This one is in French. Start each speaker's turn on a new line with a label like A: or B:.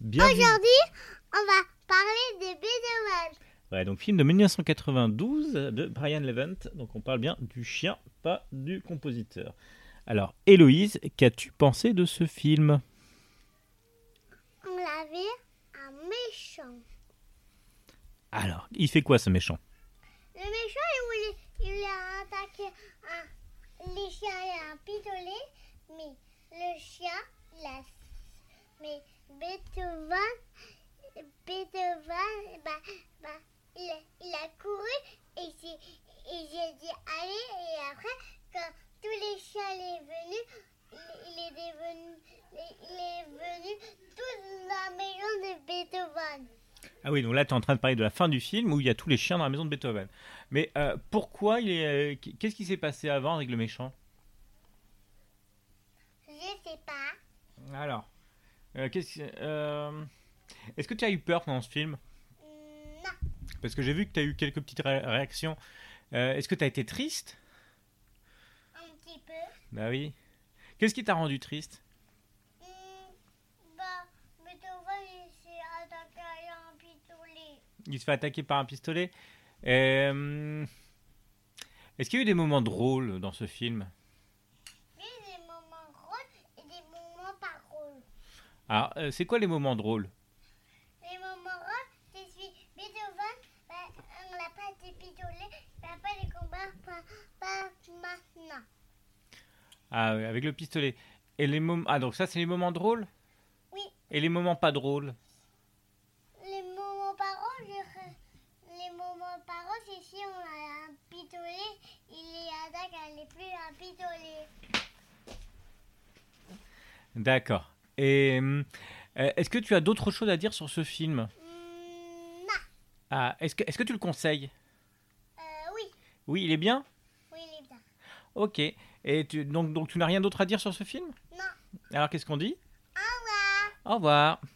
A: Bien vu.
B: Aujourd'hui, on va parler des Beethoven.
A: Ouais, donc film de 1992 de Brian Levent. Donc on parle bien du chien, pas du compositeur. Alors, Héloïse, qu'as-tu pensé de ce film
B: On l'avait un méchant.
A: Alors, il fait quoi ce méchant
B: Le méchant, il voulait, il voulait attaquer un, les chiens et un pistolet, mais le chien, il a... Mais Beethoven, Beethoven, bah, bah, il, a- il a couru et j'ai et j'ai dit allez et après, quand tous les chiens les venus, il- il est devenu, il est venu tout dans la maison de Beethoven.
A: Ah oui, donc là, tu es en train de parler de la fin du film où il y a tous les chiens dans la maison de Beethoven. Mais euh, pourquoi il est. euh, Qu'est-ce qui s'est passé avant avec le méchant
B: Je sais pas.
A: Alors, euh, qu'est-ce que- euh, Est-ce que tu as eu peur pendant ce film
B: Non.
A: Parce que j'ai vu que tu as eu quelques petites ré- réactions. Euh, Est-ce que tu as été triste
B: Un petit peu.
A: Bah oui. Qu'est-ce qui t'a rendu triste
B: Hmm, bah, Beethoven, il s'est attaqué à un pistolet.
A: Il se fait attaquer par un pistolet. Euh, Est-ce qu'il y a eu des moments drôles dans ce film
B: Il y a des moments drôles et des moments pas drôles.
A: Alors, euh, c'est quoi les moments drôles
B: Les moments drôles, c'est celui Beethoven, bah, on l'a pas des pistolets, on l'a pas les combats, pas, pas maintenant.
A: Ah, oui, avec le pistolet. Et les moments. Ah, donc ça, c'est les moments drôles
B: Oui.
A: Et les moments pas drôles
B: Les moments pas drôles, je- les moments pas drôles, c'est si on a un pistolet, il les attaque, elle est plus un pistolet.
A: D'accord. Et hum, euh, est-ce que tu as d'autres choses à dire sur ce film
B: Hmm, non.
A: ah, Est-ce que, est que tu le conseilles
B: Euh, oui.
A: Oui, il est bien
B: Oui, il est bien.
A: Ok. Et tu, donc, donc tu n'as rien d'autre à dire sur ce film
B: Non.
A: Alors qu'est-ce qu'on dit
B: Au
A: Au
B: revoir.
A: revoir